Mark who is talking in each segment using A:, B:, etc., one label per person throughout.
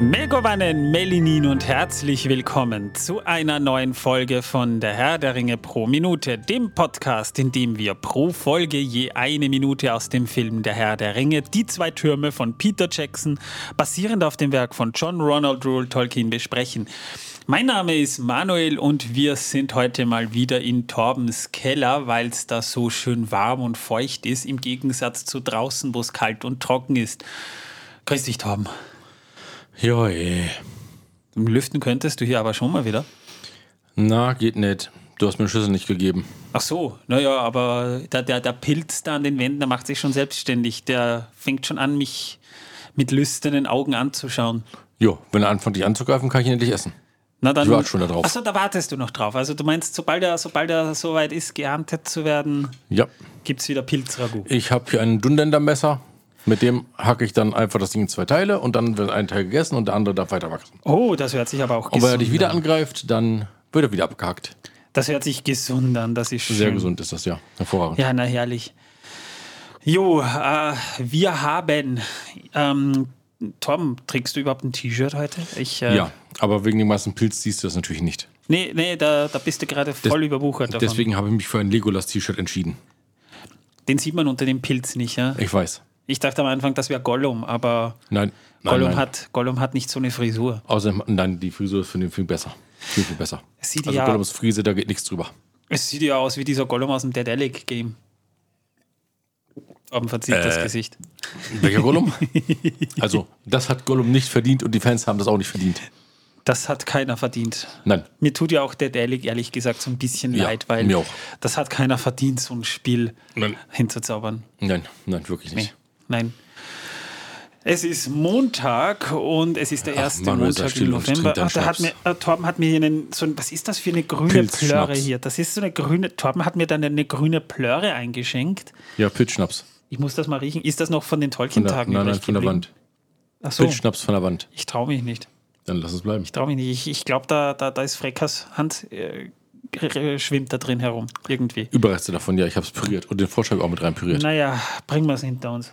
A: Megovanen, Melinin und herzlich willkommen zu einer neuen Folge von Der Herr der Ringe pro Minute, dem Podcast, in dem wir pro Folge je eine Minute aus dem Film Der Herr der Ringe, die zwei Türme von Peter Jackson, basierend auf dem Werk von John Ronald Reuel Tolkien, besprechen. Mein Name ist Manuel und wir sind heute mal wieder in Torbens Keller, weil es da so schön warm und feucht ist, im Gegensatz zu draußen, wo es kalt und trocken ist. Grüß dich, Torben.
B: Ja, eh.
A: Lüften könntest du hier aber schon mal wieder.
B: Na, geht nicht. Du hast mir den Schlüssel nicht gegeben.
A: Ach so, naja, aber der, der, der Pilz da an den Wänden, der macht sich schon selbstständig. Der fängt schon an, mich mit lüsternen Augen anzuschauen.
B: Jo, wenn er anfängt, dich anzugreifen, kann ich ihn endlich essen.
A: Na dann,
B: Ich warte schon da drauf.
A: Achso, da wartest du noch drauf. Also du meinst, sobald er, sobald er soweit ist, geerntet zu werden,
B: Ja.
A: gibt es wieder Pilzragout.
B: Ich habe hier ein Dundendermesser. Mit dem hacke ich dann einfach das Ding in zwei Teile und dann wird ein Teil gegessen und der andere darf weiter wachsen.
A: Oh, das hört sich aber auch
B: Und wenn er dich
A: gesund
B: wieder
A: an.
B: angreift, dann wird er wieder abgehackt.
A: Das hört sich gesund an, das ist schön.
B: Sehr gesund ist das, ja. Hervorragend.
A: Ja, na herrlich. Jo, äh, wir haben. Ähm, Tom, trägst du überhaupt ein T-Shirt heute? Ich, äh,
B: Ja, aber wegen dem meisten Pilz siehst du das natürlich nicht.
A: Nee, nee, da, da bist du gerade voll überwuchert davon.
B: Deswegen habe ich mich für ein Legolas-T-Shirt entschieden.
A: Den sieht man unter dem Pilz nicht, ja?
B: Ich weiß.
A: Ich dachte am Anfang, das wäre Gollum, aber
B: Nein, nein,
A: Gollum,
B: nein.
A: Hat, Gollum hat nicht so eine Frisur.
B: Außerdem, nein, die Frisur ist für den viel besser. Viel, viel besser.
A: Sieht
B: also
A: ja-
B: Gollums Frise, da geht nichts drüber.
A: Es sieht ja aus wie dieser Gollum aus dem Dead Alec Game. Oben verzieht
B: Äh.
A: das Gesicht.
B: Welcher Gollum? also, das hat Gollum nicht verdient und die Fans haben das auch nicht verdient.
A: Das hat keiner verdient.
B: Nein.
A: Mir tut ja auch Dead Alec ehrlich gesagt so ein bisschen
B: Ja,
A: leid, weil
B: mir auch.
A: das hat keiner verdient, so ein Spiel
B: Nein.
A: hinzuzaubern.
B: Nein, nein, wirklich nicht.
A: Nein. Es ist Montag und es ist der
B: Ach,
A: erste
B: Manuel, sei
A: Montag
B: still
A: im
B: und
A: November.
B: trink deinen
A: Ach, da hat mir,
B: Schnaps.
A: äh, Torben hat mir hier einen, so ein, was ist das für eine grüne
B: Pilzschnaps.
A: Plöre hier? Das ist so eine grüne, Torben hat mir dann eine grüne Plöre eingeschenkt.
B: Ja, Pilzschnaps.
A: Ich muss das mal riechen. Ist das noch von den
B: Von der,
A: Tolkien-Tagen
B: nein, nein,
A: übrig
B: von der
A: geblieben?
B: Wand.
A: Ach so,
B: Pilzschnaps von der Wand.
A: ich traue mich nicht.
B: Dann lass es bleiben.
A: Ich traue mich nicht. Ich, ich glaube, da, da, da ist Freckers Hand, äh, r- schwimmt da drin herum. Irgendwie.
B: Überreste davon, ja, ich habe es püriert. Und den Vorschlag auch mit rein püriert.
A: Naja, bringen wir es hinter uns.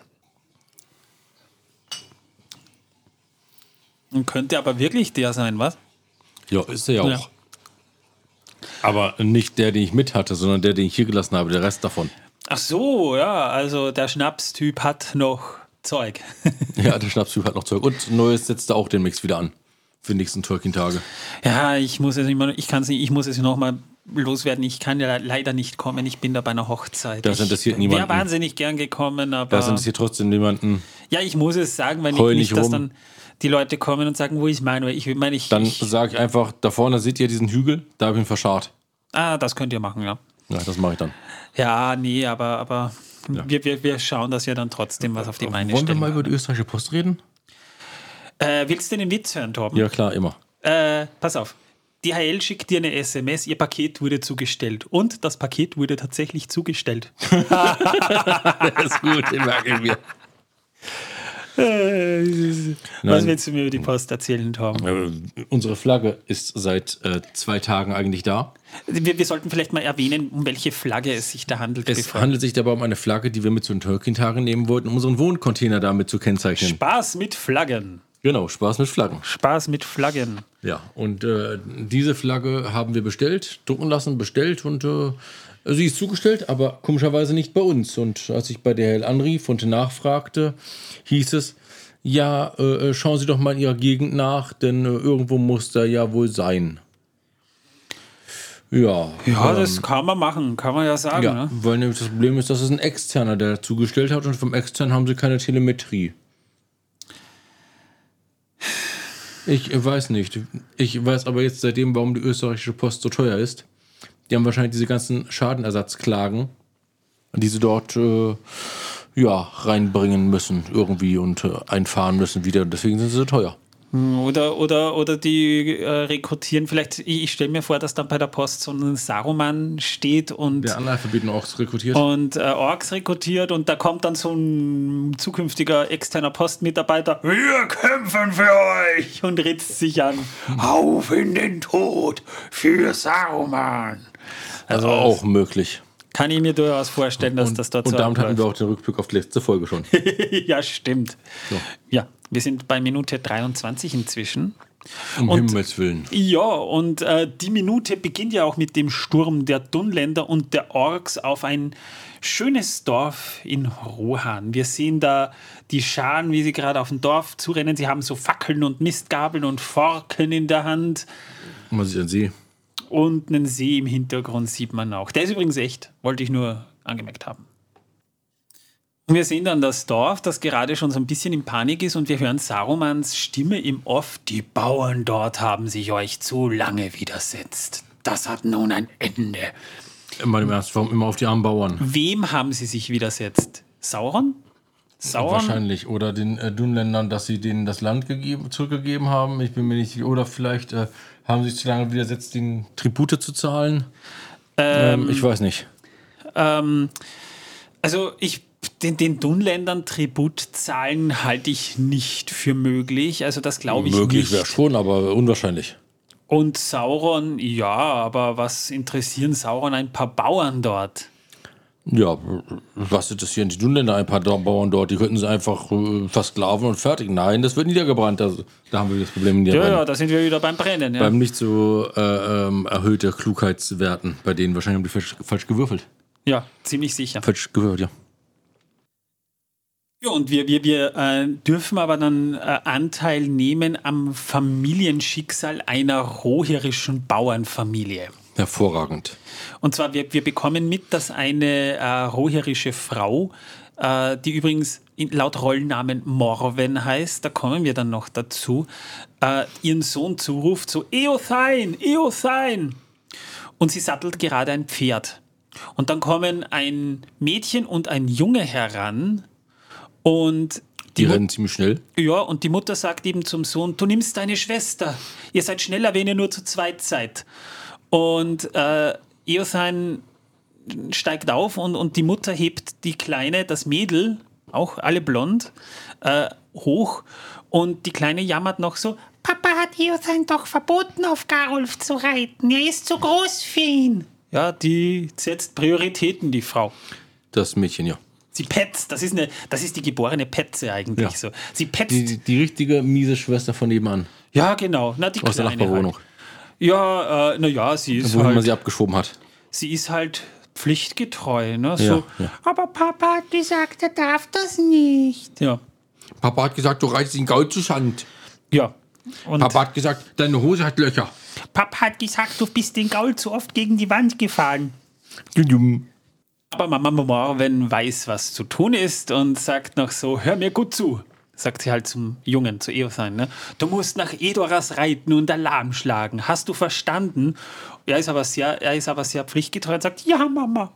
A: Und könnte aber wirklich der sein, was?
B: Ja, ist er ja
A: Ja.
B: auch. Aber nicht der, den ich mit hatte, sondern der, den ich hier gelassen habe, der Rest davon.
A: Ach so, ja, also der Schnapstyp hat noch Zeug.
B: Ja, der Schnapstyp hat noch Zeug. Und Neues setzt da auch den Mix wieder an. Für die nächsten Tolkien-Tage.
A: ja, ich muss es immer, ich kann es nicht, ich muss es noch mal loswerden. Ich kann ja leider nicht kommen. Ich bin da bei einer Hochzeit.
B: Das
A: Ich
B: interessiert
A: Wäre
B: niemanden.
A: wahnsinnig gern gekommen, aber
B: Das interessiert trotzdem niemanden.
A: ja, ich muss es sagen, wenn ich
B: Heul
A: nicht,
B: nicht
A: dass
B: rum.
A: dann die Leute kommen und sagen, wo ist Manuel? Ich will meine ich,
B: Dann
A: ich
B: sage ich einfach, da vorne seht ihr diesen Hügel, da habe ich ihn verscharrt.
A: ah, das könnt ihr machen, ja.
B: Ja, das mache ich dann.
A: Ja, nee, aber, aber Wir, wir, wir schauen, dass wir dann trotzdem was auf die Beine
B: Wollen wir
A: stellen.
B: mal über die österreichische Post reden?
A: äh, willst du den Witz hören, Torben?
B: Ja, klar, immer.
A: Äh, pass auf. DHL schickt dir eine SMS, ihr Paket wurde zugestellt. Und das Paket wurde tatsächlich zugestellt.
B: Das ist gut, den merke ich mir.
A: Was willst du mir über die Post erzählen, Torben?
B: Äh, unsere Flagge ist seit äh, zwei Tagen eigentlich da.
A: Wir, wir sollten vielleicht mal erwähnen, um welche Flagge es sich da handelt.
B: Es
A: bevor-
B: handelt sich dabei um eine Flagge, die wir mit zu den Tolkien-Tagen nehmen wollten, um unseren Wohncontainer damit zu kennzeichnen.
A: Spaß mit Flaggen.
B: genau, Spaß mit Flaggen.
A: Spaß mit Flaggen.
B: Ja, und äh, diese Flagge haben wir bestellt, drucken lassen, bestellt und äh, sie ist zugestellt, aber komischerweise nicht bei uns. Und als ich bei DHL anrief und nachfragte, hieß es, ja, äh, äh, schauen Sie doch mal in Ihrer Gegend nach, denn äh, irgendwo muss da ja wohl sein. Ja,
A: Ja, das kann man machen, kann man ja sagen.
B: ja,
A: Ne?
B: weil nämlich das Problem ist, dass es ein Externer, der zugestellt hat und vom Externen haben sie keine Telemetrie. Ich äh, weiß nicht. Ich weiß aber jetzt seitdem, warum die österreichische Post so teuer ist. Die haben wahrscheinlich diese ganzen Schadenersatzklagen, die sie dort äh, ja, reinbringen müssen irgendwie und äh, einfahren müssen wieder. Deswegen sind sie so teuer.
A: Oder, oder, oder die äh, rekrutieren. Vielleicht, ich, ich stelle mir vor, dass dann bei der Post so ein Saruman steht und
B: Der Analphabeten auch rekrutiert.
A: und äh, Orks rekrutiert und da kommt dann so ein zukünftiger externer Postmitarbeiter, wir kämpfen für euch und ritzt sich an, auf in den Tod für Saruman.
B: also auch möglich.
A: Also, Kann ich mir durchaus vorstellen, dass
B: und,
A: das dort
B: und
A: so
B: damit hatten wir
A: abläuft.
B: auch den Rückblick auf die letzte Folge schon.
A: ja, stimmt. Ja, wir sind bei Minute 23 inzwischen.
B: Um
A: Und-
B: Himmels Willen.
A: Ja, und äh, die Minute beginnt ja auch mit dem Sturm der Dunländer und der Orks auf ein schönes Dorf in Rohan. Wir sehen da die Scharen, wie sie gerade auf dem Dorf zurennen. Sie haben so Fackeln und Mistgabeln und Forken in der Hand
B: Man sieht an sie.
A: und einen See im Hintergrund sieht man auch. Der ist übrigens echt, wollte ich nur angemerkt haben. Und wir sehen dann das Dorf, das gerade schon so ein bisschen in Panik ist und wir hören Sarumans Stimme im Off. Die Bauern dort haben sich euch zu lange widersetzt. Das hat nun ein Ende.
B: Immer im Ernst, warum immer auf die armen Bauern?
A: Wem haben sie sich widersetzt? Sauron? Sauron?
B: Wahrscheinlich. Oder den äh, Dunländern, dass sie denen das Land gegeben, zurückgegeben haben. Ich bin mir nicht sicher. Oder vielleicht äh, haben sie sich zu lange widersetzt, den Tribute zu zahlen. Ähm, ich weiß nicht.
A: Ähm, also ich den, den Dunländern Tribut zahlen halte ich nicht für möglich. Also das glaube ich
B: Möglich
A: nicht.
B: wäre schon, aber unwahrscheinlich.
A: Und Sauron, ja, aber was interessieren Sauron ein paar Bauern dort?
B: Ja, was interessieren die Dunländer ein paar Dau- Bauern dort? Die könnten sie einfach äh, versklaven und fertig. Nein, das wird niedergebrannt. Also, da haben wir das Problem in der
A: Ja,
B: Welt.
A: ja, da sind wir wieder beim Brennen. Ja.
B: Beim nicht so äh, ähm, erhöhte Klugheitswerten bei denen. Wahrscheinlich haben die falsch, falsch gewürfelt.
A: ja, ziemlich sicher.
B: Falsch gewürfelt, ja.
A: Ja, und wir, wir, wir äh, dürfen aber dann äh, Anteil nehmen am Familienschicksal einer roherischen Bauernfamilie.
B: Hervorragend.
A: Und zwar, wir, wir bekommen mit, dass eine äh, roherische Frau, äh, die übrigens in, laut Rollennamen Morven heißt, da kommen wir dann noch dazu, äh, ihren Sohn zuruft, so Eothein, Eothein. Und sie sattelt gerade ein Pferd. Und dann kommen ein Mädchen und ein Junge heran und
B: Die
A: die, Mut-
B: rennen ziemlich schnell.
A: ja, und die Mutter sagt eben zum Sohn, du nimmst deine Schwester. Ihr seid schneller, wenn ihr nur zu zweit seid. Und äh, Eothan steigt auf und, und die Mutter hebt die Kleine, das Mädel, auch alle blond, äh, hoch. Und die Kleine jammert noch so,
C: Papa hat Eothan doch verboten, auf Garulf zu reiten. Er ist zu groß für ihn.
A: ja, die setzt Prioritäten, die Frau.
B: Das Mädchen, ja.
A: Sie petzt, das ist, eine, das ist die geborene Petze eigentlich
B: Ja.
A: so. Sie petzt.
B: Die, die richtige miese Schwester von nebenan.
A: ja, genau. Na, die
B: Aus der
A: Kleine
B: Nachbarwohnung.
A: Halt. Ja, äh, naja, sie ist
B: Wohin
A: halt...
B: man sie abgeschoben hat.
A: sie ist halt pflichtgetreu, ne? So,
B: Ja, ja.
C: Aber Papa hat gesagt, er darf das nicht.
A: ja.
B: Papa hat gesagt, du reißt den Gaul zu Schand.
A: ja. Und
B: Papa hat gesagt, deine Hose hat Löcher.
C: Papa hat gesagt, du bist den Gaul zu oft gegen die Wand gefahren.
A: aber Mama Morven weiß, was zu tun ist und sagt noch so, hör mir gut zu. Sagt sie halt zum Jungen, zu Eothan, ne? Du musst nach Edoras reiten und Alarm schlagen. Hast du verstanden? Er ist aber sehr, er ist aber sehr pflichtgetreu und sagt, ja, Mama.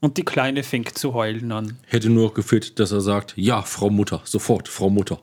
A: Und die Kleine fängt zu heulen an.
B: Hätte nur noch gefehlt, dass er sagt, ja, Frau Mutter, sofort, Frau Mutter.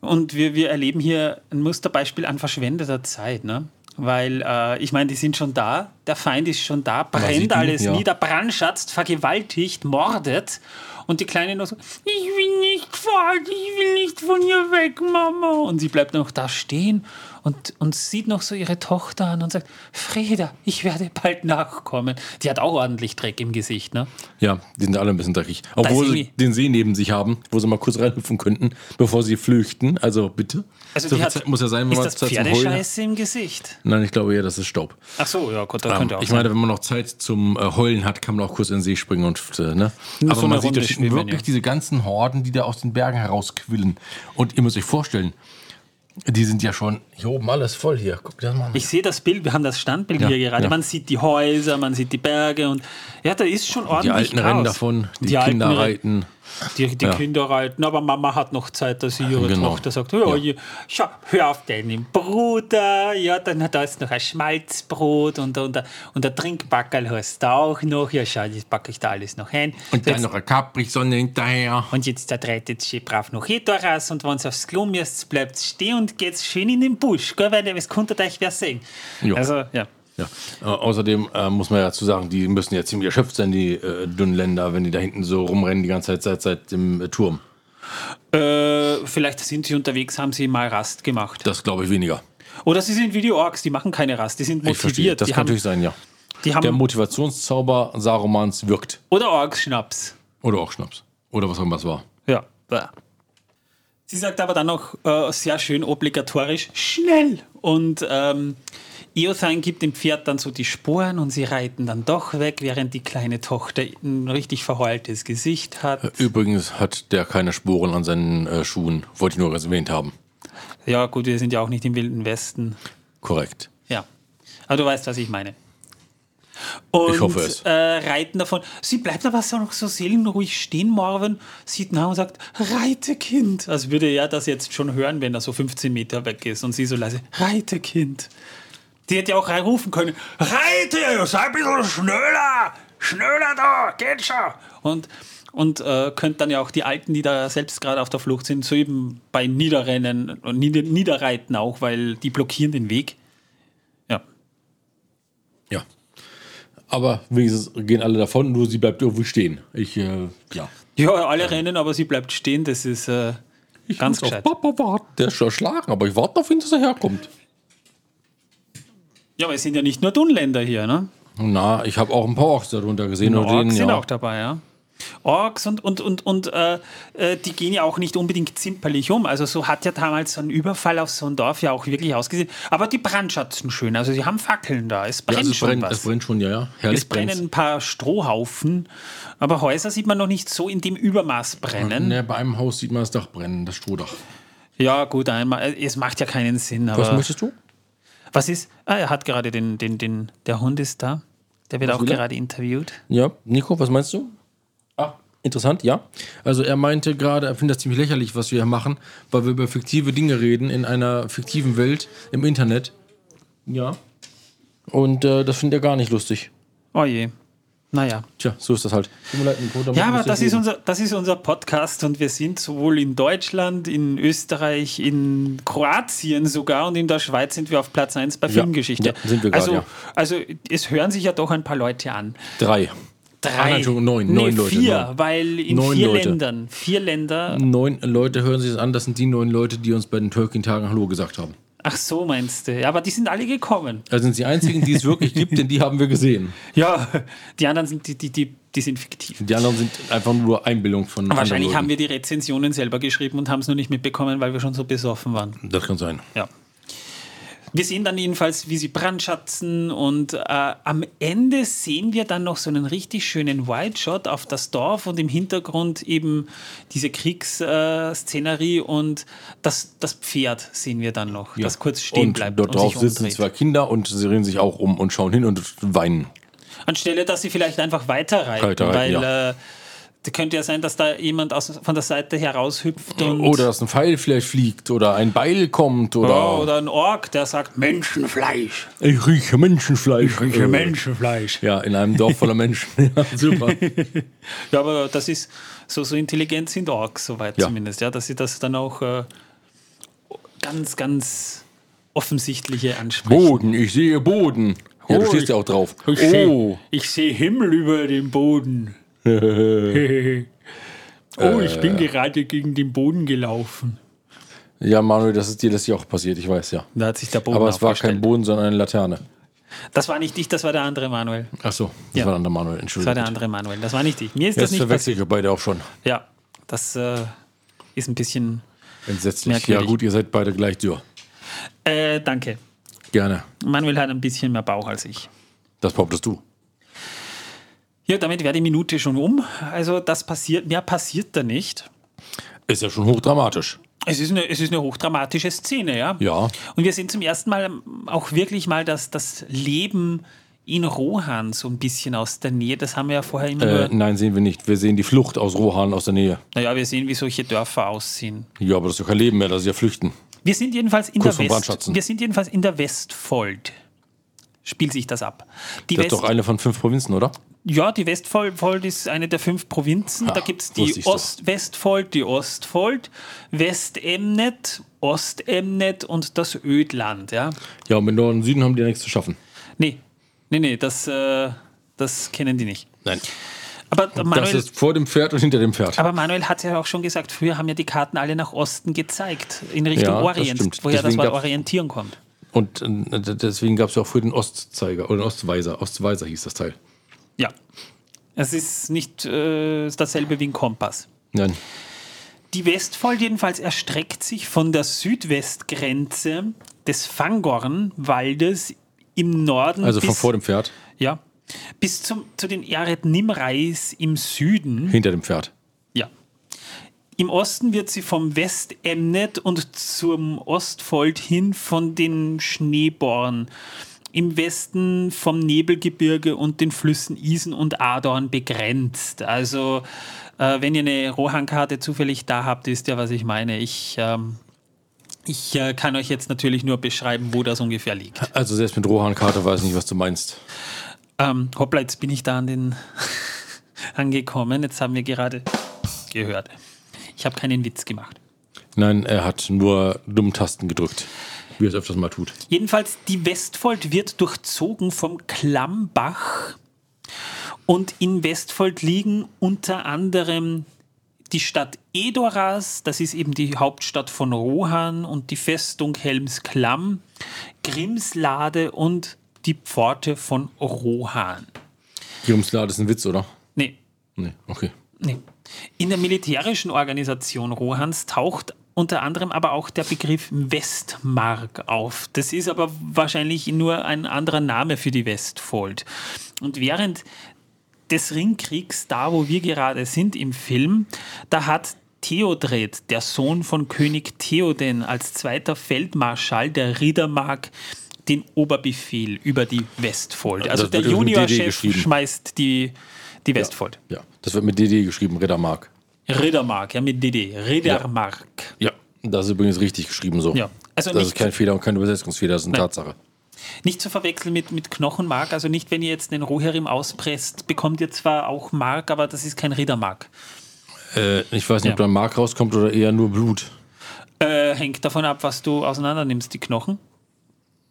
A: Und wir, wir erleben hier ein Musterbeispiel an verschwendeter Zeit, ne? Weil, äh, ich meine, die sind schon da, der Feind ist schon da,
B: sieht
A: brennt
B: ihn,
A: alles
B: ja.
A: nieder, brandschatzt, vergewaltigt, mordet. Und die Kleine nur so, ich will nicht fort, ich will nicht von hier weg, Mama. Und sie bleibt noch da stehen und, und sieht noch so ihre Tochter an und sagt, Freda, ich werde bald nachkommen. Die hat auch ordentlich Dreck im Gesicht, ne?
B: Ja, die sind alle ein bisschen dreckig. Obwohl
A: ist
B: sie
A: irgendwie-
B: den See neben sich haben, wo sie mal kurz reinhüpfen könnten, bevor sie flüchten. Also bitte.
A: Also
B: so
A: die
B: viel
A: hat,
B: Zeit muss ja sein, wenn
A: ist
B: man
A: das
B: Zeit zum Heulen.
A: Pferdescheiße im Gesicht? Ähm,
B: Nein, ich glaube eher, das ist Staub.
A: Ach so, ja Gott, das könnte auch
B: Ähm, ich
A: sein.
B: meine, wenn man noch Zeit zum äh, Heulen hat, kann man auch kurz in den See springen und äh, ne?
A: Nur
B: Aber
A: so eine
B: man sieht
A: Runde
B: da hinten
A: schwimmen,
B: wirklich
A: ja.
B: diese ganzen Horden, die da aus den Bergen herausquillen. Und ihr müsst euch vorstellen, die sind ja schon hier oben alles voll hier. Guck dir das mal an.
A: Ich sehe das Bild, wir haben das Standbild
B: Ja,
A: hier gerade.
B: ja.
A: Man sieht die Häuser, man sieht die Berge und ja, da ist schon ordentlich
B: die alten
A: Chaos.
B: rennen davon, die, Kinder
A: Alten re-
B: reiten.
A: Die, die
B: Ja.
A: Kinder reiten, aber Mama hat noch Zeit, dass sie ihre
B: Genau.
A: Tochter sagt, "Oh, hör,
B: Ja.
A: schau, hör auf deinen Bruder, ja, dann hat da ist noch ein Schmalzbrot und, und, und ein Trinkbackerl hast du auch noch, ja, schau, das packe ich da alles noch ein.
B: Und dann
A: jetzt,
B: noch eine Capri-Sonne hinterher.
A: und jetzt da reitet sie brav noch Hetoras und wenn aufs Klo müsst, bleibt stehen und geht schön in den Busch, gell, weil es konnte euch wer sehen.
B: Ja.
A: Also, ja.
B: Ja. Äh, außerdem äh, muss man ja dazu sagen, die müssen ja ziemlich erschöpft sein, die äh, Dünnländer, wenn die da hinten so rumrennen die ganze Zeit seit, seit dem äh, Turm.
A: Äh, vielleicht sind sie unterwegs, haben sie mal Rast gemacht.
B: Das glaube ich weniger.
A: Oder sie sind wie die Orks, die machen keine Rast, die sind
B: Ich verstehe.
A: motiviert.
B: Das
A: die
B: kann
A: haben,
B: natürlich sein, ja.
A: die haben
B: Der Motivationszauber Sarumans wirkt.
A: oder Orks-Schnaps.
B: Oder auch Schnaps. Oder was auch immer es war.
A: Ja. Bäh. Sie sagt aber dann noch äh, sehr schön obligatorisch, schnell. Und ähm, Eothan gibt dem Pferd dann so die Sporen und sie reiten dann doch weg, während die kleine Tochter ein richtig verheultes Gesicht hat.
B: Übrigens hat der keine Sporen an seinen äh, Schuhen. Wollte ich nur ganz erwähnt haben.
A: Ja, gut, wir sind ja auch nicht im Wilden Westen.
B: Korrekt.
A: Ja. Aber du weißt, was ich meine. Und,
B: Ich hoffe es.
A: Äh, reiten davon. Sie bleibt aber so noch so seelenruhig stehen, Marvin, sieht nach und sagt, reite Kind. Als würde er das jetzt schon hören, wenn er so 15 Meter weg ist und sie so leise, reite Kind. Die hätte ja auch rufen können, reite, sei ein bisschen schneller, schneller da, geht schon. Und, und äh, könnt dann ja auch die Alten, die da selbst gerade auf der Flucht sind, so eben bei Niederrennen und Nieder Niederreiten auch, weil die blockieren den Weg. Ja.
B: Ja. Aber wenigstens gehen alle davon, nur sie bleibt irgendwie stehen. Ich, äh, ja.
A: Ja, alle rennen, aber sie bleibt stehen. Das ist äh, ganz
B: muss
A: gescheit.
B: Auf Papa warten. Der ist schon erschlagen, aber ich warte auf ihn, dass er herkommt.
A: Ja, aber es sind ja nicht nur Dunländer hier, ne?
B: Na, ich habe auch ein paar Orks darunter gesehen. und
A: Orks
B: denen,
A: sind
B: ja.
A: auch dabei, ja. Orks und, und, und, und äh, äh, die gehen ja auch nicht unbedingt zimperlich um. Also so hat ja damals so ein Überfall auf so ein Dorf ja auch wirklich ausgesehen. Aber die brandschatzen schön. Also sie haben Fackeln da. Es
B: Ja,
A: brennt
B: also es,
A: schon
B: brennt,
A: was.
B: es brennt schon, ja, ja.
A: Es
B: Herrlich
A: brennen
B: brennt
A: ein paar Strohhaufen, aber Häuser sieht man noch nicht so in dem Übermaß brennen.
B: ne, Bei einem Haus sieht man das Dach brennen, das Strohdach.
A: Ja, gut, einmal. äh, Es macht ja keinen Sinn. Aber
B: Was möchtest du?
A: Was ist? Ah, er hat gerade den, den, den, der Hund ist da. Der wird auch
B: will er?
A: gerade interviewt.
B: Ja, Nico, was meinst du? Ah, interessant, ja. Also er meinte gerade, er findet das ziemlich lächerlich, was wir hier machen, weil wir über fiktive Dinge reden in einer fiktiven Welt im Internet. Ja. Und äh, das findet er gar nicht lustig.
A: Oh je. Naja.
B: Tja, so ist das halt. Tut mir leid, Nico. da muss
A: Ja,
B: ich
A: aber
B: ein
A: das
B: bisschen
A: ist,
B: reden.
A: unser, das ist unser Podcast und wir sind sowohl in Deutschland, in Österreich, in Kroatien sogar und in der Schweiz sind wir auf Platz 1 bei Filmgeschichte.
B: ja, sind wir gerade,
A: also,
B: ja.
A: also es hören sich ja doch ein paar Leute an.
B: Drei. Ah,
A: Drei,
B: nein, Entschuldigung, neun,
A: nee,
B: neun Leute.
A: vier,
B: neun.
A: weil in
B: Neun
A: vier
B: Leute.
A: Ländern, vier Länder,
B: Neun Leute hören sich das an, das sind die neun Leute, die uns bei den Tolkien-Tagen Hallo gesagt haben.
A: ach so meinst du, ja, aber die sind alle gekommen.
B: Das sind die einzigen, die es wirklich gibt, denn die haben wir gesehen.
A: Ja, die anderen sind, die, die, die, die sind fiktiv.
B: Die anderen sind einfach nur Einbildung von
A: Wahrscheinlich haben
B: anderen
A: wir die Rezensionen selber geschrieben und haben es nur nicht mitbekommen, weil wir schon so besoffen waren.
B: Leuten. Das kann sein.
A: Ja. Wir sehen dann jedenfalls, wie sie brandschatzen und äh, am Ende sehen wir dann noch so einen richtig schönen Wide-Shot auf das Dorf und im Hintergrund eben diese Kriegsszenerie und das, das Pferd sehen wir dann noch, das kurz stehen
B: und
A: bleibt
B: Dort
A: und
B: drauf
A: sich
B: sitzen
A: umdreht.
B: zwei Kinder und sie drehen sich auch um und schauen hin und weinen.
A: Anstelle, dass sie vielleicht einfach weiterreiten,
B: Weiterreiten,
A: weil
B: ja.
A: äh, da könnte ja sein, dass da jemand aus, von der Seite heraushüpft und
B: Oder dass ein Pfeil vielleicht fliegt oder ein Beil kommt oder.
A: Ja, oder ein Ork, der sagt, Äh.
C: Menschenfleisch.
B: ich rieche Menschenfleisch. Ich
C: Für Menschenfleisch.
B: Ja, in einem Dorf voller Menschen. Ja, super.
A: ja, aber das ist, so, so intelligent sind Orks, soweit
B: Ja.
A: zumindest, ja, dass sie das dann auch äh, ganz, ganz offensichtliche ansprechen.
B: Boden, ich sehe Boden. Ja, du
A: Oh,
B: stehst ja auch drauf.
A: Oh, ich sehe Himmel über dem Boden. oh,
B: Äh.
A: ich bin gerade gegen den Boden gelaufen.
B: Ja, Manuel, das ist dir das ja auch passiert, ich weiß ja.
A: Da hat sich der Boden
B: Aber es war kein
A: aufgestellt.
B: Boden, sondern eine Laterne.
A: Das war nicht ich, das war der andere Manuel. Das
B: Ach so, das
A: Ja.
B: war dann der Manuel,
A: war
B: Entschuldigung.
A: der andere Manuel. Das war nicht ich. Mir ist das
B: Jetzt
A: nicht passiert.
B: verwechsel ich ihr beide auch schon.
A: Ja, das äh, ist ein bisschen.
B: Entsetzlich.
A: Merkwürdig.
B: Ja, gut, ihr seid beide gleich dürr.
A: Äh, danke.
B: Gerne.
A: Manuel hat ein bisschen mehr Bauch als ich.
B: Das behauptest du.
A: Ja, damit wäre die Minute schon um. Also das passiert, mehr passiert da nicht.
B: Ist ja schon hochdramatisch.
A: Es ist eine, es ist eine hochdramatische Szene, ja.
B: Ja.
A: Und wir sehen zum ersten Mal auch wirklich mal das, das Leben in Rohan so ein bisschen aus der Nähe. Das haben wir ja vorher immer nur.
B: Äh, nein, sehen wir nicht. Wir sehen die Flucht aus Rohan aus der Nähe.
A: Naja, wir sehen, wie solche Dörfer aussehen.
B: Ja, aber das ist doch kein Leben mehr, das ist ja Flüchten.
A: Wir sind jedenfalls in
B: Kurz
A: der
B: vom
A: West,
B: Brandschatzen.
A: Wir sind jedenfalls in der Westfold. Spielt sich das ab. Die
B: Das ist doch eine von fünf Provinzen, oder?
A: Ja, die Westfold ist eine der fünf Provinzen. da gibt es
B: wusste
A: die
B: ich's doch.
A: Ost Westfold, die Ostfold, Westemnet, Ostemnet und das Ödland. Ja?
B: Ja, und mit Norden und Süden haben die ja nichts zu schaffen.
A: Nee, nee, nee, das, äh, das kennen die nicht.
B: Nein.
A: Aber der
B: Das
A: Manuel,
B: ist vor dem Pferd und hinter dem Pferd.
A: aber Manuel hat ja auch schon gesagt, früher haben ja die Karten alle nach Osten gezeigt, in Richtung
B: Ja, das
A: Orient,
B: stimmt.
A: woher das
B: Deswegen
A: Wort
B: gab's-
A: Orientieren kommt.
B: Und äh, d- deswegen gab es ja auch früher den Ostzeiger oder den Ostweiser. Ostweiser hieß das Teil.
A: Ja. Es ist nicht äh, dasselbe wie ein Kompass.
B: Nein.
A: Die Westfold jedenfalls erstreckt sich von der Südwestgrenze des Fangornwaldes im Norden
B: Also von
A: bis,
B: vor dem Pferd,
A: ja, bis zum, zu den Eret Nimreis im Süden.
B: hinter dem Pferd.
A: Ja. Im Osten wird sie vom Westemnet und zum Ostfold hin von den Schneeborn. Im Westen vom Nebelgebirge und den Flüssen Isen und Adorn begrenzt. Also, äh, wenn ihr eine Rohan-Karte zufällig da habt, wisst ihr, was ich meine. Ich, ähm, ich äh, kann euch jetzt natürlich nur beschreiben, wo das ungefähr liegt.
B: Also selbst mit Rohan-Karte weiß ich nicht, was du meinst.
A: Ähm, hoppla, jetzt bin ich da an den angekommen. Jetzt haben wir gerade gehört. Ich habe keinen Witz gemacht.
B: Nein, er hat nur dumm Tasten gedrückt. Wie er es öfters mal tut.
A: Jedenfalls, die Westfold wird durchzogen vom Klammbach und in Westfold liegen unter anderem die Stadt Edoras, das ist eben die Hauptstadt von Rohan und die Festung Helmsklamm, Grimslade und die Pforte von Rohan.
B: Jumslade ist ein Witz, oder?
A: Nee,
B: Nee, okay.
A: Nee. In der militärischen Organisation Rohans taucht unter anderem aber auch der Begriff Westmark auf. Das ist aber wahrscheinlich nur ein anderer Name für die Westfold. Und während des Ringkriegs, da wo wir gerade sind im Film, da hat Theodred, der Sohn von König Theoden, als zweiter Feldmarschall der Riddermark den Oberbefehl über die Westfold. Also
B: Das
A: der
B: wird übrigens mit DD
A: Juniorchef
B: geschrieben.
A: schmeißt die, die Westfold.
B: Ja, das wird mit DD geschrieben, Riddermark.
A: Riddermark, ja, mit DD. Riddermark.
B: Ja, das ist übrigens richtig geschrieben so.
A: Ja. Also
B: das ist
A: nicht-
B: kein Fehler und kein Übersetzungsfehler, das ist eine Tatsache.
A: Nicht zu verwechseln mit, mit Knochenmark. Also nicht, wenn ihr jetzt den Rohherim auspresst, bekommt ihr zwar auch Mark, aber das ist kein Riddermark.
B: Äh, ich weiß nicht, ob
A: Ja.
B: da ein Mark rauskommt oder eher nur Blut.
A: Äh, hängt davon ab, was du auseinander nimmst, die Knochen.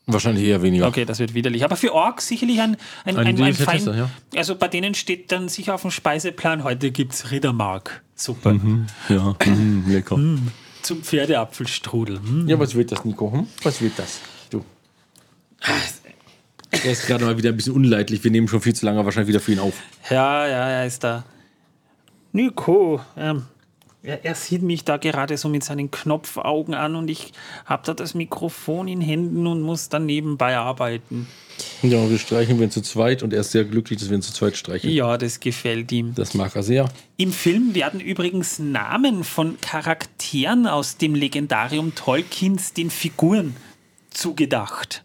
B: Wahrscheinlich eher weniger.
A: Okay, das wird widerlich. Aber für Orks sicherlich ein, ein,
B: Ein
A: ein, ein,
B: definitiver
A: fein...
B: Tester, ja.
A: Also bei denen steht dann sicher auf dem Speiseplan, heute gibt es Riddermark. Super.
B: Ja, mhm, lecker.
A: Zum Pferdeapfelstrudel. Hm.
B: Ja, was wird das, Nico? Hm? Was wird das? Du. Ah. Er ist gerade mal wieder ein bisschen unleidlich. Wir nehmen schon viel zu lange wahrscheinlich wieder für ihn auf.
A: Ja, ja, er ist da. Nico, ähm, er, er sieht mich da gerade so mit seinen Knopfaugen an und ich habe da das Mikrofon in Händen und muss dann nebenbei arbeiten.
B: Ja, wir streichen, wenn zu zweit und er ist sehr glücklich, dass wir ihn zu zweit streichen.
A: Ja, das gefällt ihm.
B: Das mag er sehr.
A: Im Film werden übrigens Namen von Charakteren aus dem Legendarium Tolkiens den Figuren zugedacht.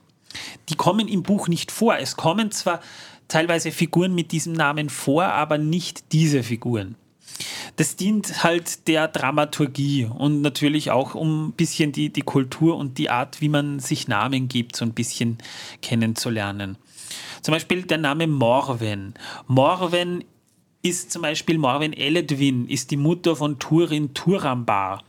A: Die kommen im Buch nicht vor. Es kommen zwar teilweise Figuren mit diesem Namen vor, aber nicht diese Figuren. Das dient halt der Dramaturgie und natürlich auch um ein bisschen die, die Kultur und die Art, wie man sich Namen gibt, so ein bisschen kennenzulernen. Zum Beispiel der Name Morwen. Morwen ist zum Beispiel Morwen Eledwin, ist die Mutter von Turin Turambar.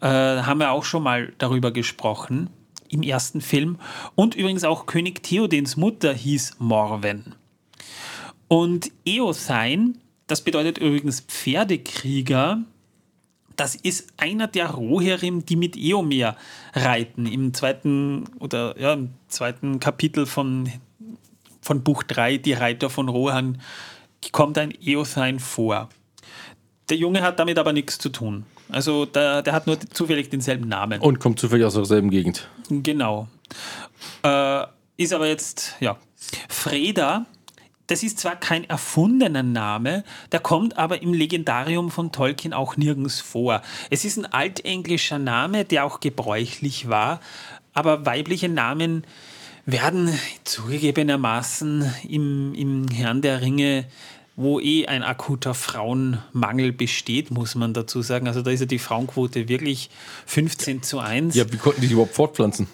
A: Äh, haben wir auch schon mal darüber gesprochen im ersten Film. Und übrigens auch König Theodens Mutter hieß Morwen. Und Eothein, das bedeutet übrigens Pferdekrieger, das ist einer der Rohirrim, die mit Eomer reiten. Im zweiten oder ja, im zweiten Kapitel von, von Buch 3, die Reiter von Rohan, kommt ein Eothein vor. Der Junge hat damit aber nichts zu tun. Also der, der hat nur zufällig denselben Namen.
B: Und kommt zufällig aus derselben Gegend.
A: Genau. Äh, ist aber jetzt, ja. Freda, das ist zwar kein erfundener Name, der kommt aber im Legendarium von Tolkien auch nirgends vor. Es ist ein altenglischer Name, der auch gebräuchlich war, aber weibliche Namen werden zugegebenermaßen im, im Herrn der Ringe, wo eh ein akuter Frauenmangel besteht, muss man dazu sagen. Also da ist ja die Frauenquote wirklich 15 zu 1.
B: Ja, wie konnten die sich überhaupt fortpflanzen?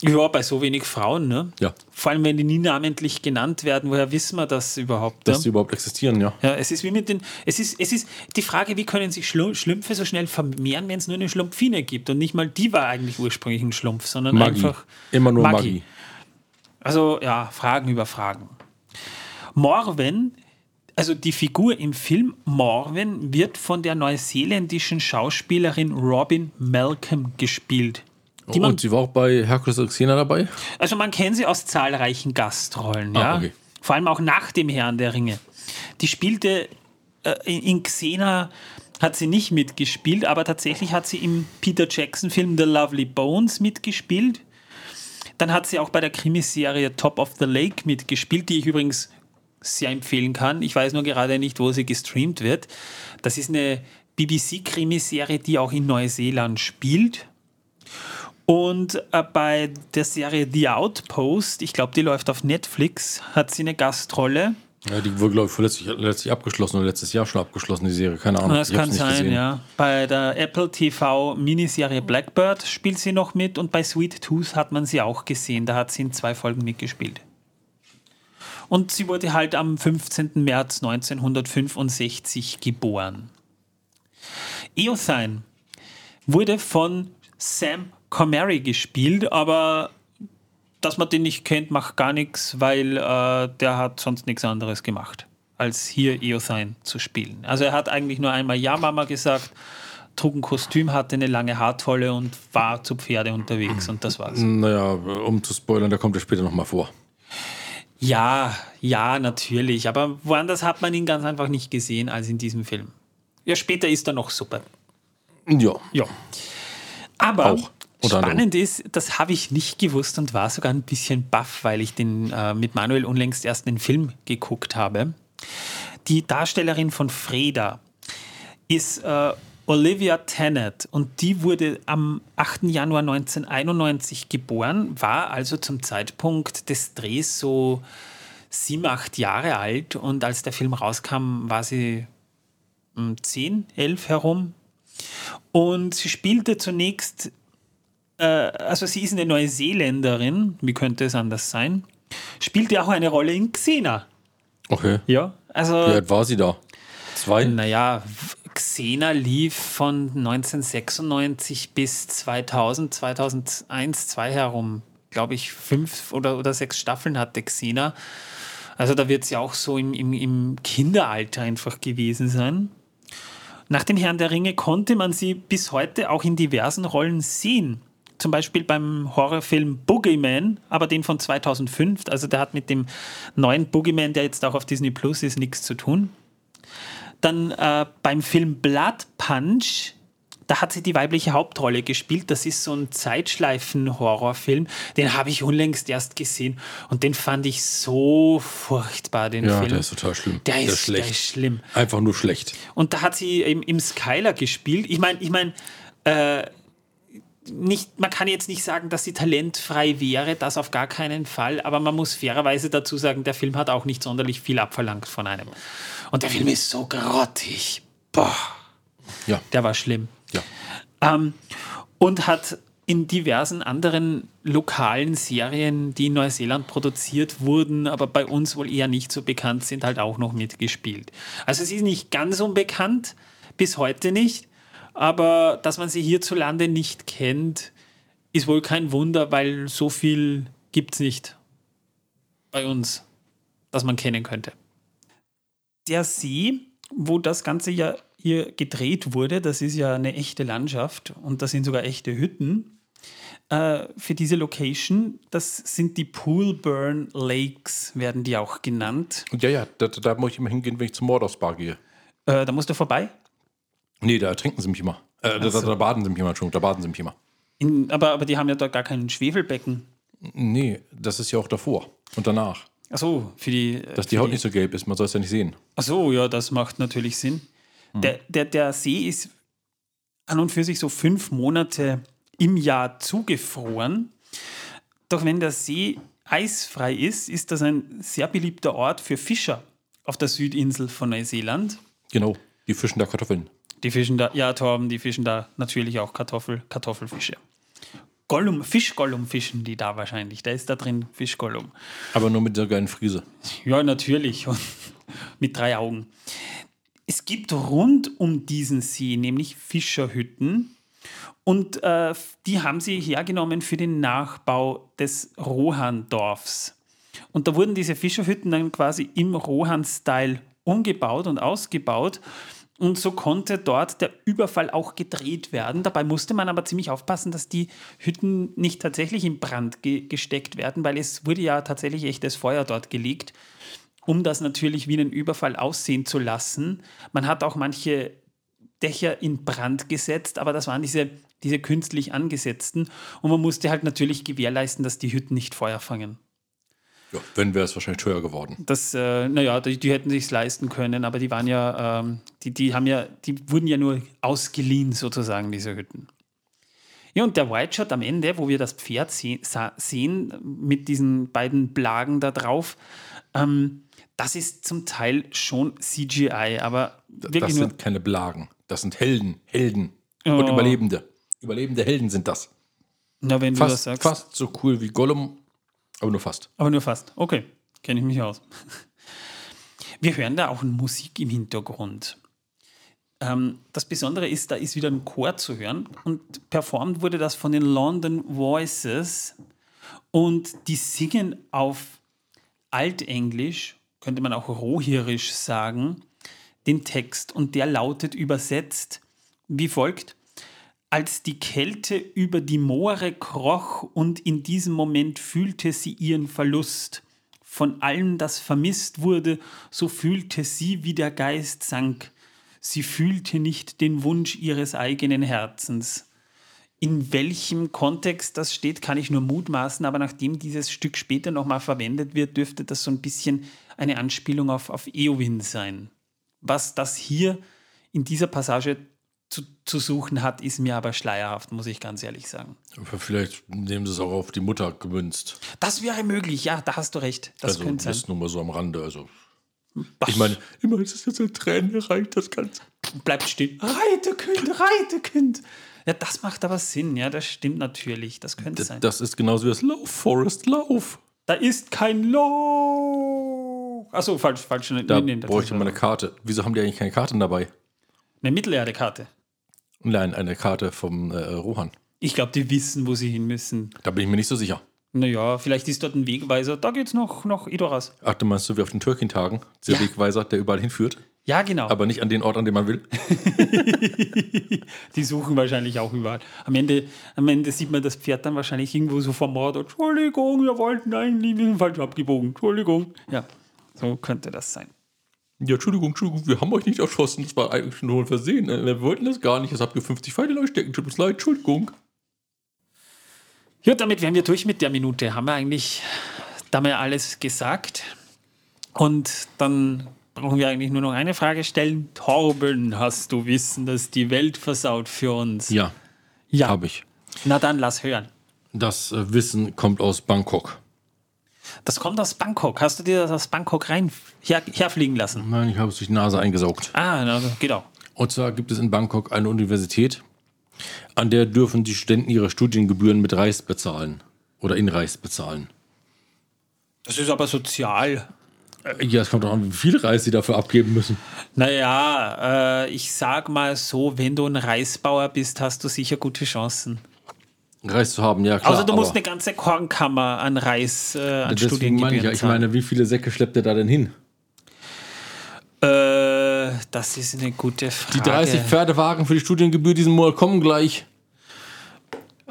A: Ja, bei so wenig Frauen, ne?
B: Ja.
A: Vor allem, wenn die nie namentlich genannt werden, woher wissen wir das überhaupt?
B: Dass
A: Ne?
B: sie überhaupt existieren, ja.
A: Ja, es ist wie mit den. Es ist, es ist die Frage, wie können sich Schlu- Schlümpfe so schnell vermehren, wenn es nur eine Schlumpfine gibt? Und nicht mal die war eigentlich ursprünglich ein Schlumpf, sondern
B: Magie.
A: einfach.
B: Immer nur Magie.
A: Also ja, Fragen über Fragen. Morwen, also die Figur im Film Morwen wird von der neuseeländischen Schauspielerin Robin Malcolm gespielt. Die man,
B: Und sie war auch bei Hercules und Xena dabei.
A: also man kennt sie aus zahlreichen Gastrollen,
B: Ah,
A: ja.
B: okay.
A: Vor allem auch nach dem Herrn der Ringe. Die spielte äh, in, in Xena hat sie nicht mitgespielt, aber tatsächlich hat sie im Peter Jackson Film The Lovely Bones mitgespielt. Dann hat sie auch bei der Krimiserie Top of the Lake mitgespielt, die ich übrigens sehr empfehlen kann. Ich weiß nur gerade nicht, wo sie gestreamt wird. Das ist eine BBC-Krimiserie, die auch in Neuseeland spielt. Und äh, bei der Serie The Outpost, ich glaube, die läuft auf Netflix, hat sie eine Gastrolle.
B: Ja, die wurde, glaube ich, letztlich, letztlich abgeschlossen oder letztes Jahr schon abgeschlossen, die Serie. Keine Ahnung.
A: Das
B: ich hab's
A: kann
B: nicht
A: sein,
B: gesehen.
A: ja. Bei der Apple TV Miniserie Blackbird spielt sie noch mit und bei Sweet Tooth hat man sie auch gesehen. Da hat sie in zwei Folgen mitgespielt. Und sie wurde halt am 15. März 1965 geboren. Eothine wurde von Sam Comeri gespielt, aber dass man den nicht kennt, macht gar nichts, weil äh, der hat sonst nichts anderes gemacht, als hier Eothine zu spielen. Also er hat eigentlich nur einmal Ja Mama gesagt, trug ein Kostüm, hatte eine lange Haartolle und war zu Pferde unterwegs und das war's.
B: Naja, um zu spoilern, da kommt er später nochmal vor.
A: Ja, ja, natürlich, aber woanders hat man ihn ganz einfach nicht gesehen als in diesem Film. Ja, später ist er noch super.
B: Ja.
A: Ja. Aber
B: Auch, unter anderem.
A: spannend ist, das habe ich nicht gewusst und war sogar ein bisschen baff, weil ich den äh, mit Manuel unlängst erst den Film geguckt habe. Die Darstellerin von Freda ist äh, Olivia Tennant und die wurde am 8. Januar 1991 geboren, war also zum Zeitpunkt des Drehs so sieben, acht Jahre alt und als der Film rauskam, war sie mm, zehn, elf herum, und sie spielte zunächst, äh, also sie ist eine Neuseeländerin, wie könnte es anders sein, spielte auch eine Rolle in Xena.
B: Okay.
A: Ja.
B: Wie
A: Also,
B: alt war sie da? Zwei?
A: naja, Xena lief von 1996 bis 2000, 2001, 2 herum. Glaube ich, fünf oder, oder sechs Staffeln hatte Xena. Also da wird sie auch so im, im, im Kinderalter einfach gewesen sein. Nach dem Herrn der Ringe konnte man sie bis heute auch in diversen Rollen sehen. Zum Beispiel beim Horrorfilm Boogeyman, aber den von 2005. Also der hat mit dem neuen Boogeyman, der jetzt auch auf Disney Plus ist, nichts zu tun. Dann äh, beim Film Blood Punch, da hat sie die weibliche Hauptrolle gespielt. Das ist so ein Zeitschleifen-Horrorfilm. Den habe ich unlängst erst gesehen und den fand ich so furchtbar, den
B: Ja,
A: Film.
B: der ist total schlimm.
A: Der ist, Der ist schlimm.
B: Einfach nur schlecht.
A: Und da hat sie im, im Skyler gespielt. Ich meine, ich meine, äh, nicht, man kann jetzt nicht sagen, dass sie talentfrei wäre, das auf gar keinen Fall, aber man muss fairerweise dazu sagen, der Film hat auch nicht sonderlich viel abverlangt von einem. Und der Film ist so grottig. Boah,
B: Ja.
A: der war schlimm.
B: Ja.
A: Ähm, und hat in diversen anderen lokalen Serien, die in Neuseeland produziert wurden, aber bei uns wohl eher nicht so bekannt sind, halt auch noch mitgespielt. Also sie ist nicht ganz unbekannt, bis heute nicht, aber dass man sie hierzulande nicht kennt, ist wohl kein Wunder, weil so viel gibt es nicht bei uns, das man kennen könnte der See, wo das Ganze ja hier gedreht wurde, das ist ja eine echte Landschaft und da sind sogar echte Hütten. Äh, für diese Location, das sind die Poolburn Lakes, werden die auch genannt.
D: Ja, ja, da, da muss ich immer hingehen, wenn ich zum Mordor-Spa gehe.
A: Äh, da musst du vorbei.
B: Nee, da trinken
D: Trinken Sie mich immer. Äh, da, da, da baden Sie mich immer, Entschuldigung, da baden Sie mich immer.
A: In, aber, aber die haben ja da gar kein Schwefelbecken.
D: Nee, das ist ja auch davor und danach.
A: Achso, für die. äh,
D: Dass die Haut nicht so gelb ist, man soll es ja nicht sehen.
A: Ach so, ja, das macht natürlich Sinn. Der, der, der See ist an und für sich so fünf Monate im Jahr zugefroren. Doch wenn der See eisfrei ist, ist das ein sehr beliebter Ort für Fischer auf der Südinsel von Neuseeland.
D: Genau, die fischen da Kartoffeln.
A: Die fischen da, ja, Torben, die fischen da natürlich auch Kartoffel, Kartoffelfische. Gollum, Fischgollum fischen die da wahrscheinlich. Da ist da drin Fischgollum.
D: Aber nur mit dieser geilen Friese.
A: Ja, natürlich. Und mit drei Augen. Es gibt rund um diesen See nämlich Fischerhütten. Und äh, die haben sie hergenommen für den Nachbau des Rohan-Dorfs. Und da wurden diese Fischerhütten dann quasi im Rohan-Style umgebaut und ausgebaut. Und so konnte dort der Überfall auch gedreht werden. Dabei musste man aber ziemlich aufpassen, dass die Hütten nicht tatsächlich in Brand ge gesteckt werden, weil es wurde ja tatsächlich echtes Feuer dort gelegt, um das natürlich wie einen Überfall aussehen zu lassen. Man hat auch manche Dächer in Brand gesetzt, aber das waren diese, diese künstlich angesetzten. Und man musste halt natürlich gewährleisten, dass die Hütten nicht Feuer fangen.
D: Ja, wenn wäre es wahrscheinlich teuer geworden.
A: Das, äh, naja, die, die hätten sich's leisten können, aber die waren ja, ähm, die, die haben ja, die wurden ja nur ausgeliehen sozusagen, diese Hütten. Ja, und der White Shot am Ende, wo wir das Pferd se sa- sehen, mit diesen beiden Blagen da drauf, ähm, das ist zum Teil schon CGI, aber wirklich
D: das
A: nur.
D: sind keine Blagen. Das sind Helden. Helden.
A: Oh.
D: Und Überlebende. Überlebende Helden sind das.
A: Na, wenn du das
D: Fast,
A: sagst.
D: fast so cool wie Gollum, aber nur fast.
A: Aber nur fast. Okay, kenne ich mich aus. Wir hören da auch Musik im Hintergrund. Ähm, das Besondere ist, da ist wieder ein Chor zu hören und performt wurde das von den London Voices und die singen auf Altenglisch, könnte man auch Rohirisch sagen, den Text und der lautet übersetzt wie folgt. Als die Kälte über die Moore kroch und in diesem Moment fühlte sie ihren Verlust. Von allem, das vermisst wurde, so fühlte sie, wie der Geist sank. Sie fühlte nicht den Wunsch ihres eigenen Herzens. In welchem Kontext das steht, kann ich nur mutmaßen, aber nachdem dieses Stück später nochmal verwendet wird, dürfte das so ein bisschen eine Anspielung auf, auf Eowyn sein. Was das hier in dieser Passage zu, zu suchen hat, ist mir aber schleierhaft, muss ich ganz ehrlich sagen.
D: Aber vielleicht nehmen sie es auch auf die Mutter gemünzt.
A: Das wäre möglich, ja, da hast du recht. Das
D: also,
A: könnte sein.
D: das ist nur mal so am Rande. Also,
A: Bach,
D: ich meine, immer ist es jetzt in Tränen erreicht, das Ganze.
A: bleibt stehen. Reiterkind, Reiterkind. Ja, das macht aber Sinn, ja, das stimmt natürlich. Das könnte sein.
D: Das ist genauso wie das Lauf, Forest, Lauf.
A: Da ist kein Loch. Achso, falsch, falsch. Nee,
D: Da
A: nee, das
D: bräuchte
A: ist-
D: man eine Karte. Wieso haben die eigentlich keine Karten dabei?
A: eine Mittelerde-Karte.
D: Nein, eine Karte vom äh, Rohan.
A: Ich glaube, die wissen, wo sie hin müssen.
D: Da bin ich mir nicht so sicher.
A: Naja, vielleicht ist dort ein Wegweiser. Da geht's noch, noch Edoras.
D: Ach, du meinst so wie auf den Türkin-Tagen? Dieser
A: Ja.
D: Wegweiser, der überall hinführt,
A: Ja, genau.
D: aber nicht an den Ort, an den man will.
A: Die suchen wahrscheinlich auch überall. Am Ende, am Ende sieht man das Pferd dann wahrscheinlich irgendwo so vom Mord. Entschuldigung, wir wollten eigentlich, wir sind falsch abgebogen. Entschuldigung. Ja, so könnte das sein.
D: Ja, Entschuldigung, Entschuldigung, wir haben euch nicht erschossen. Das war eigentlich nur ein Versehen. Äh, Wir wollten das gar nicht. Jetzt habt ihr 50 Pfeile in euch stecken. Tut uns leid, Entschuldigung.
A: Ja, damit wären wir durch mit der Minute. Haben wir eigentlich damit alles gesagt? Und dann brauchen wir eigentlich nur noch eine Frage stellen. Torben, hast du Wissen, dass die Welt versaut für uns?
B: Ja,
A: Ja.
B: habe ich.
A: Na dann, lass hören.
B: Das äh, Wissen kommt aus Bangkok.
A: Das kommt aus Bangkok. Hast du dir das aus Bangkok rein her, herfliegen lassen?
B: Nein, ich habe es durch die Nase eingesaugt.
A: Ah, na, genau.
B: Und zwar gibt es in Bangkok eine Universität, an der dürfen die Studenten ihre Studiengebühren mit Reis bezahlen. Oder in Reis bezahlen.
A: Das ist aber sozial.
B: Äh, Ja, es kommt auch an, wie viel Reis sie dafür abgeben müssen.
A: Naja, äh, ich sag mal so, wenn du ein Reisbauer bist, hast du sicher gute Chancen.
B: Reis zu haben, ja klar.
A: Also du musst
B: aber
A: eine ganze Kornkammer an Reis, äh, an
B: Deswegen meine
A: Studiengebühren
B: ich ja, ich
A: zahlen.
B: meine, wie viele Säcke schleppt er da denn hin?
A: äh, das ist eine gute Frage.
B: Die 30 Pferdewagen für die Studiengebühr diesen Monat kommen gleich.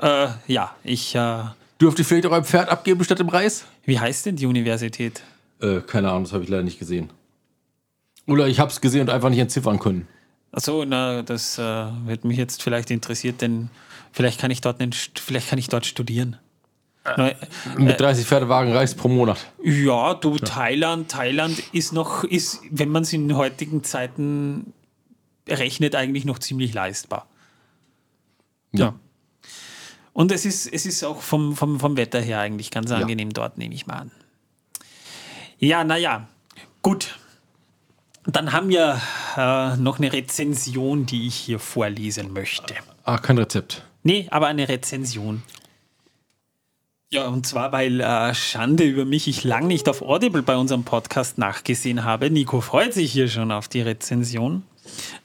A: äh, ja, ich, äh,
B: Dürfte ich vielleicht auch ein Pferd abgeben statt dem Reis?
A: wie heißt denn die Universität?
B: Äh, keine Ahnung, das habe ich leider nicht gesehen. Oder ich habe es gesehen und einfach nicht entziffern können.
A: Achso, na, das äh, wird mich jetzt vielleicht interessiert, denn vielleicht kann ich dort, einen, St- vielleicht kann ich dort studieren. Neu- Äh.
B: Mit 30 Pferdewagen Reis pro Monat.
A: Ja, du, Thailand, Thailand ist noch, ist, wenn man es in heutigen Zeiten rechnet, eigentlich noch ziemlich leistbar.
B: Ja.
A: Und es ist, es ist auch vom, vom, vom Wetter her eigentlich ganz angenehm dort, nehme ich mal an. Ja, naja, gut. Dann haben wir äh, noch eine Rezension, die ich hier vorlesen möchte.
B: Ah, kein Rezept.
A: Nee, aber eine Rezension. Ja, und zwar, weil äh, Schande über mich, ich lang nicht auf Audible bei unserem Podcast nachgesehen habe. Nico freut sich hier schon auf die Rezension.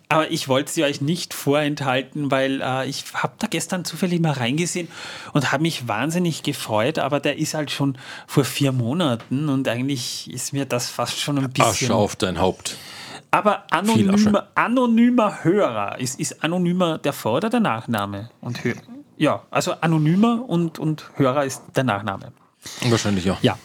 A: Aber ich wollte sie euch nicht vorenthalten, weil äh, ich habe da gestern zufällig mal reingesehen und habe mich wahnsinnig gefreut. Aber der ist halt schon vor vier Monaten und eigentlich ist mir das fast schon ein bisschen...
D: Asche auf dein Haupt.
A: Aber
D: Asche.
A: anonymer, anonymer Hörer. Ist, ist anonymer der Vor- oder der Nachname? Und Hö ja, also anonymer und, und Hörer ist der Nachname.
B: Wahrscheinlich ja.
A: Ja.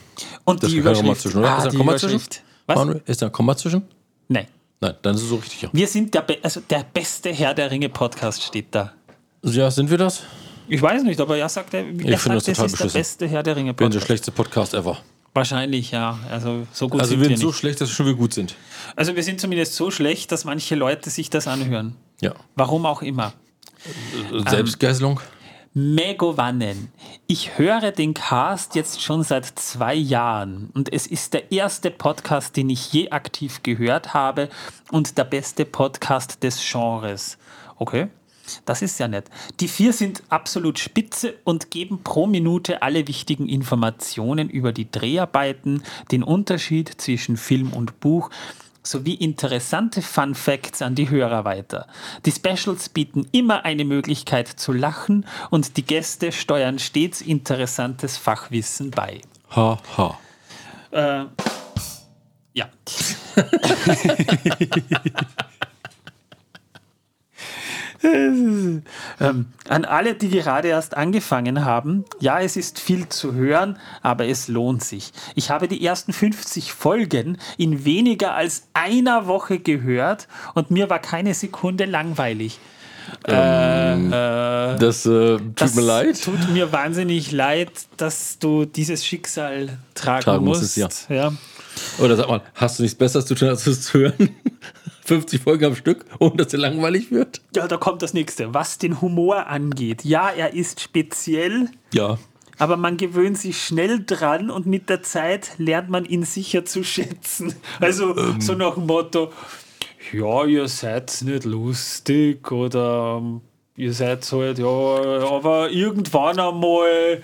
A: Und
B: Das
A: die
B: kann kein Komma
A: Überschrift.
B: zwischen, oder?
A: Ah,
B: ist da ein
A: die
B: Komma zwischen?
A: Überschrift. Was?
B: Manuel, ist da ein Komma zwischen?
A: Nein.
B: Nein, dann ist es so richtig, ja.
A: Wir sind der, be also der beste Herr der Ringe Podcast, steht da.
B: Ja, sind wir das?
A: Ich weiß nicht, aber ja, sagt er, er sagt,
B: finde das total
A: ist der
B: beschissen.
A: beste Herr der Ringe
B: Wir sind der
A: Podcast.
B: schlechteste Podcast ever.
A: Wahrscheinlich, ja. Also so gut
B: Also
A: sind wir
B: wir sind
A: nicht.
B: so schlecht, dass wir schon wieder gut sind.
A: also wir sind zumindest so schlecht, dass manche Leute sich das anhören.
B: Ja.
A: Warum auch immer.
B: Selbstgeißelung?
A: Megowannen. Ich höre den Cast jetzt schon seit zwei Jahren und es ist der erste Podcast, den ich je aktiv gehört habe und der beste Podcast des Genres. Okay, das ist ja nett. Die vier sind absolut spitze und geben pro Minute alle wichtigen Informationen über die Dreharbeiten, den Unterschied zwischen Film und Buch sowie interessante Fun Facts an die Hörer weiter. Die Specials bieten immer eine Möglichkeit zu lachen und die Gäste steuern stets interessantes Fachwissen bei.
B: Ha, ha.
A: Äh, ja. ähm, an alle, die gerade erst angefangen haben, ja, es ist viel zu hören, aber es lohnt sich. Ich habe die ersten 50 Folgen in weniger als einer Woche gehört und mir war keine Sekunde langweilig.
B: Das äh, tut
A: Das
B: mir leid.
A: Tut mir wahnsinnig leid, dass du dieses Schicksal tragen,
B: Tragen
A: musst.
B: musstest,
A: ja.
B: Oder sag mal, hast du nichts Besseres zu tun, als es zu hören? 50 Folgen am Stück, ohne dass dir langweilig wird?
A: Ja, da kommt das nächste. Was den Humor angeht. Ja, er ist speziell,
B: Ja.
A: aber man gewöhnt sich schnell dran und mit der Zeit lernt man ihn sicher zu schätzen. Also
B: Ähm.
A: so nach dem Motto, ja, ihr seid nicht lustig oder ähm, ihr seid halt, ja, aber irgendwann einmal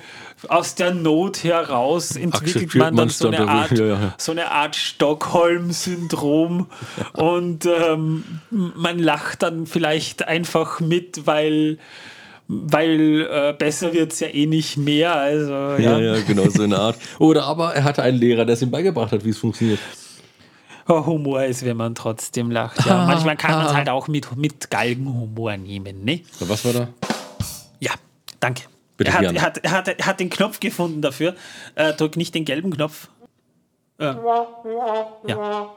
A: aus der Not heraus entwickelt
B: Akzeptiert
A: man dann
B: man's
A: so
B: dann
A: eine Art,
B: doch, ja, ja.
A: so eine Art Stockholm-Syndrom und ähm, man lacht dann vielleicht einfach mit, weil, weil äh, besser wird es ja eh nicht mehr. Also, ja.
B: Ja, ja, genau, so eine Art. Oder aber er hatte einen Lehrer, der es ihm beigebracht hat, wie es funktioniert.
A: Oh, Humor ist, wenn man trotzdem lacht. Ja, manchmal kann man es halt auch mit, mit Galgenhumor nehmen, ne?
B: So, Was war da?
A: Ja, danke.
B: Bitte
A: er, hat,
B: gerne.
A: er, hat, er, hat, er hat den Knopf gefunden dafür. Äh, drück nicht den gelben Knopf. Äh, ja.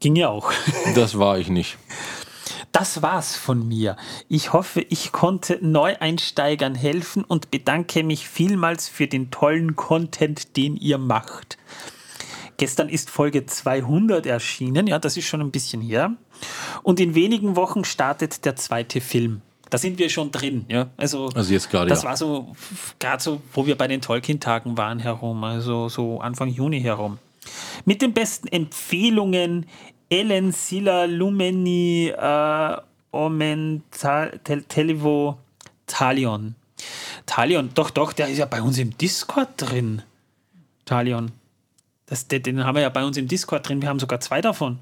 A: Ging ja auch.
B: Das war ich nicht.
A: Das war's von mir. Ich hoffe, ich konnte Neueinsteigern helfen und bedanke mich vielmals für den tollen Content, den ihr macht. Gestern ist Folge 200 erschienen, ja, das ist schon ein bisschen her. Und in wenigen Wochen startet der zweite Film. Da sind wir schon drin, ja. Also,
B: Also jetzt gerade,
A: Das
B: ja.
A: war so, gerade so, wo wir bei den Tolkien-Tagen waren herum, also so Anfang Juni herum. Mit den besten Empfehlungen Ellen Silla Lumeni äh, Omen Ta- Tel- Televo Talion. Talion, doch, doch, der ist ja bei uns im Discord drin. Talion. Das, den, den haben wir ja bei uns im Discord drin. Wir haben sogar zwei davon.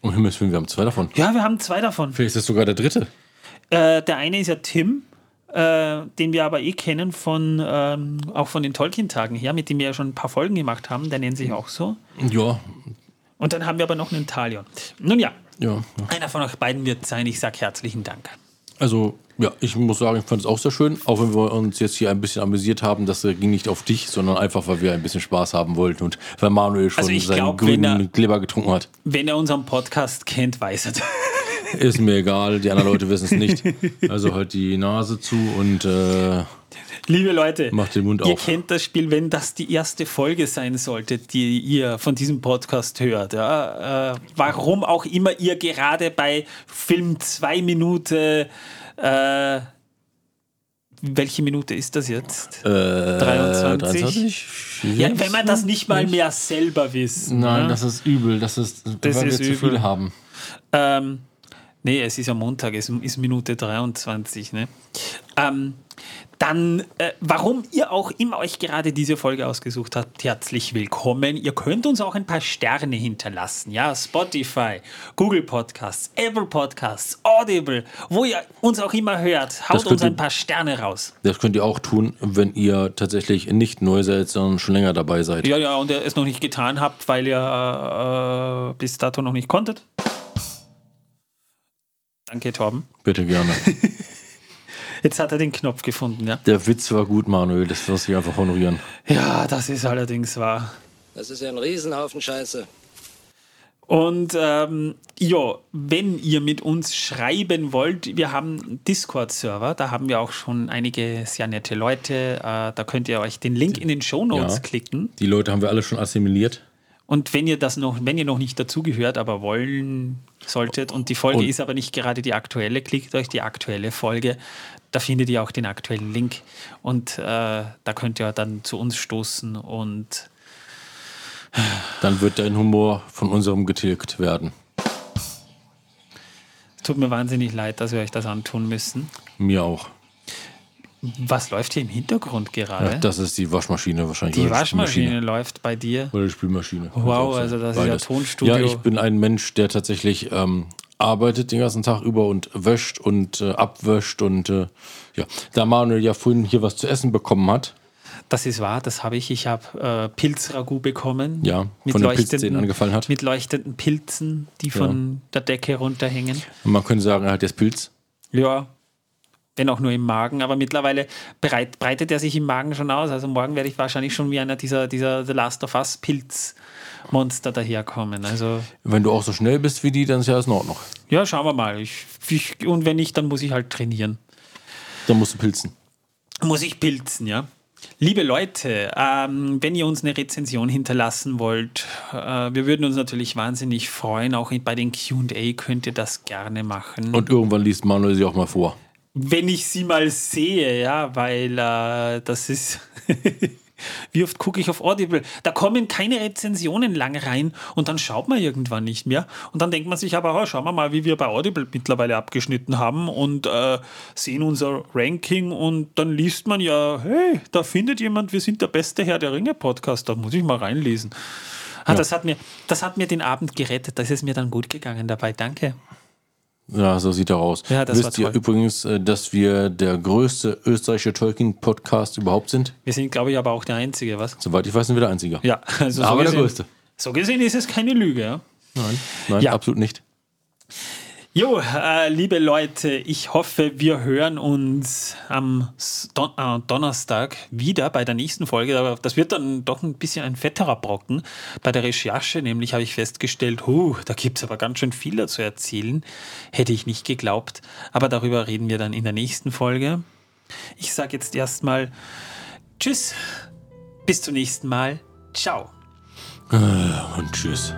B: Um Himmels Willen, wir haben zwei davon.
A: Ja, wir haben zwei davon.
B: Vielleicht ist das sogar der dritte.
A: Äh, der eine ist ja Tim, äh, den wir aber eh kennen von ähm, auch von den Tolkien-Tagen her, mit dem wir ja schon ein paar Folgen gemacht haben. Der nennt sich auch so.
B: Ja,
A: Und dann haben wir aber noch einen Talion. Nun ja,
B: ja.
A: einer von euch beiden wird sein. Ich sage herzlichen Dank.
B: Also, ja, ich muss sagen, ich fand es auch sehr schön. Auch wenn wir uns jetzt hier ein bisschen amüsiert haben, das äh, ging nicht auf dich, sondern einfach, weil wir ein bisschen Spaß haben wollten und weil Manuel schon
A: Also ich
B: seinen
A: glaub, wenn er-
B: grünen Kleber getrunken hat.
A: Wenn er unseren Podcast kennt, weiß er das.
B: Ist mir egal, die anderen Leute wissen es nicht. Also halt die Nase zu und äh,
A: Liebe Leute,
B: Macht den Mund
A: ihr
B: auf.
A: kennt das Spiel, wenn das die erste Folge sein sollte, die ihr von diesem Podcast hört. Ja? Äh, warum auch immer ihr gerade bei Film 2 Minute, äh, welche Minute ist das jetzt?
B: äh,
A: 23?
B: 23?
A: ja, wenn man das nicht mal mehr selber wisst.
B: Nein,
A: ne?
B: das ist übel. Das ist,
A: Das
B: weil
A: ist
B: wir
A: übel.
B: zu viel haben.
A: ähm, Nee, es ist ja Montag, es ist Minute 23. Ne? Ähm, dann, äh, warum ihr auch immer euch gerade diese Folge ausgesucht habt, herzlich willkommen. Ihr könnt uns auch ein paar Sterne hinterlassen. Ja, Spotify, Google Podcasts, Apple Podcasts, Audible, wo ihr uns auch immer hört. Haut
B: könnt
A: uns
B: ihr-
A: ein paar Sterne raus.
B: Das könnt ihr auch tun, wenn ihr tatsächlich nicht neu seid, sondern schon länger dabei seid.
A: Ja, ja, und ihr es noch nicht getan habt, weil ihr äh, bis dato noch nicht konntet. Danke, Torben.
B: Bitte gerne.
A: Jetzt hat er den Knopf gefunden, ja.
B: Der Witz war gut, Manuel. Das wirst du einfach honorieren.
A: Ja, das ist allerdings wahr.
E: Das ist ja ein Riesenhaufen Scheiße.
A: Und ähm, ja, wenn ihr mit uns schreiben wollt, wir haben einen Discord-Server, da haben wir auch schon einige sehr nette Leute. Äh, da könnt ihr euch den Link in den Shownotes
B: Ja.
A: klicken.
B: Die Leute haben wir alle schon assimiliert.
A: Und wenn ihr das noch, wenn ihr noch nicht dazugehört, aber wollen solltet und die Folge
B: Und-
A: ist aber nicht gerade die aktuelle, klickt euch die aktuelle Folge. Da findet ihr auch den aktuellen Link und äh, da könnt ihr dann zu uns stoßen und
B: Dann wird dein Humor von unserem getilgt werden.
A: tut mir wahnsinnig leid, dass wir euch das antun müssen.
B: Mir auch.
A: Was läuft hier im Hintergrund gerade?
B: Ja, das ist die Waschmaschine wahrscheinlich.
A: Die
B: oder
A: Waschmaschine
B: Spülmaschine.
A: läuft bei dir.
B: Oder die Spülmaschine.
A: Wow,
B: Kann
A: also
B: auch sein.
A: das ist ja
B: Beides.
A: Tonstudio.
B: Ja, ich bin ein Mensch, der tatsächlich ähm, arbeitet den ganzen Tag über und wäscht und äh, abwäscht. Und äh, ja, da Manuel ja vorhin hier was zu essen bekommen hat,
A: Das ist wahr, das habe ich. Ich habe äh, Pilzragout bekommen.
B: Ja, von den Pilzen, denen angefallen hat.
A: Mit leuchtenden Pilzen, die von der Decke runterhängen.
B: man könnte sagen, er hat jetzt Pilz.
A: Ja, wenn auch nur im Magen. Aber mittlerweile bereit, breitet er sich im Magen schon aus. Also morgen werde ich wahrscheinlich schon wie einer dieser, dieser The Last of Us Pilzmonster daherkommen. Also
B: Wenn du auch so schnell bist wie die, dann ist ja alles in Ordnung.
A: ja, schauen wir mal. Ich, ich, und wenn nicht, dann muss ich halt trainieren.
B: Dann musst du pilzen.
A: muss ich pilzen, ja. Liebe Leute, ähm, wenn ihr uns eine Rezension hinterlassen wollt, äh, wir würden uns natürlich wahnsinnig freuen. Auch in- bei den QA könnt ihr das gerne machen.
B: Und irgendwann liest Manuel sie auch mal vor.
A: wenn ich sie mal sehe, ja, weil äh, das ist. Wie oft gucke ich auf Audible? Da kommen keine Rezensionen lang rein und dann schaut man irgendwann nicht mehr. Und dann denkt man sich aber, oh, schauen wir mal, wie wir bei Audible mittlerweile abgeschnitten haben und äh, sehen unser Ranking und dann liest man ja, hey, da findet jemand, wir sind der beste Herr der Ringe-Podcast, da muss ich mal reinlesen. Ah, das, hat mir, das hat mir den Abend gerettet, das ist mir dann gut gegangen dabei, danke.
B: Ja, so sieht er aus.
A: Ja, das war
B: Wisst ihr
A: toll.
B: übrigens, äh, dass wir der größte österreichische Tolkien-Podcast überhaupt sind?
A: Wir sind, glaube ich, aber auch der Einzige, was?
B: Soweit ich weiß, sind wir der Einzige.
A: Ja, also
B: Aber der
A: gesehen,
B: größte.
A: So gesehen ist es keine Lüge. Ja?
B: Nein, nein
A: Ja.
B: absolut nicht.
A: Jo, äh, liebe Leute, ich hoffe, wir hören uns am S- Don äh, Donnerstag wieder bei der nächsten Folge. Aber Das wird dann doch ein bisschen ein fetterer Brocken. Bei der Recherche nämlich habe ich festgestellt, huh, da gibt es aber ganz schön viel dazu erzählen. Hätte ich nicht geglaubt. Aber darüber reden wir dann in der nächsten Folge. Ich sage jetzt erstmal Tschüss, bis zum nächsten Mal. Ciao.
B: Und tschüss.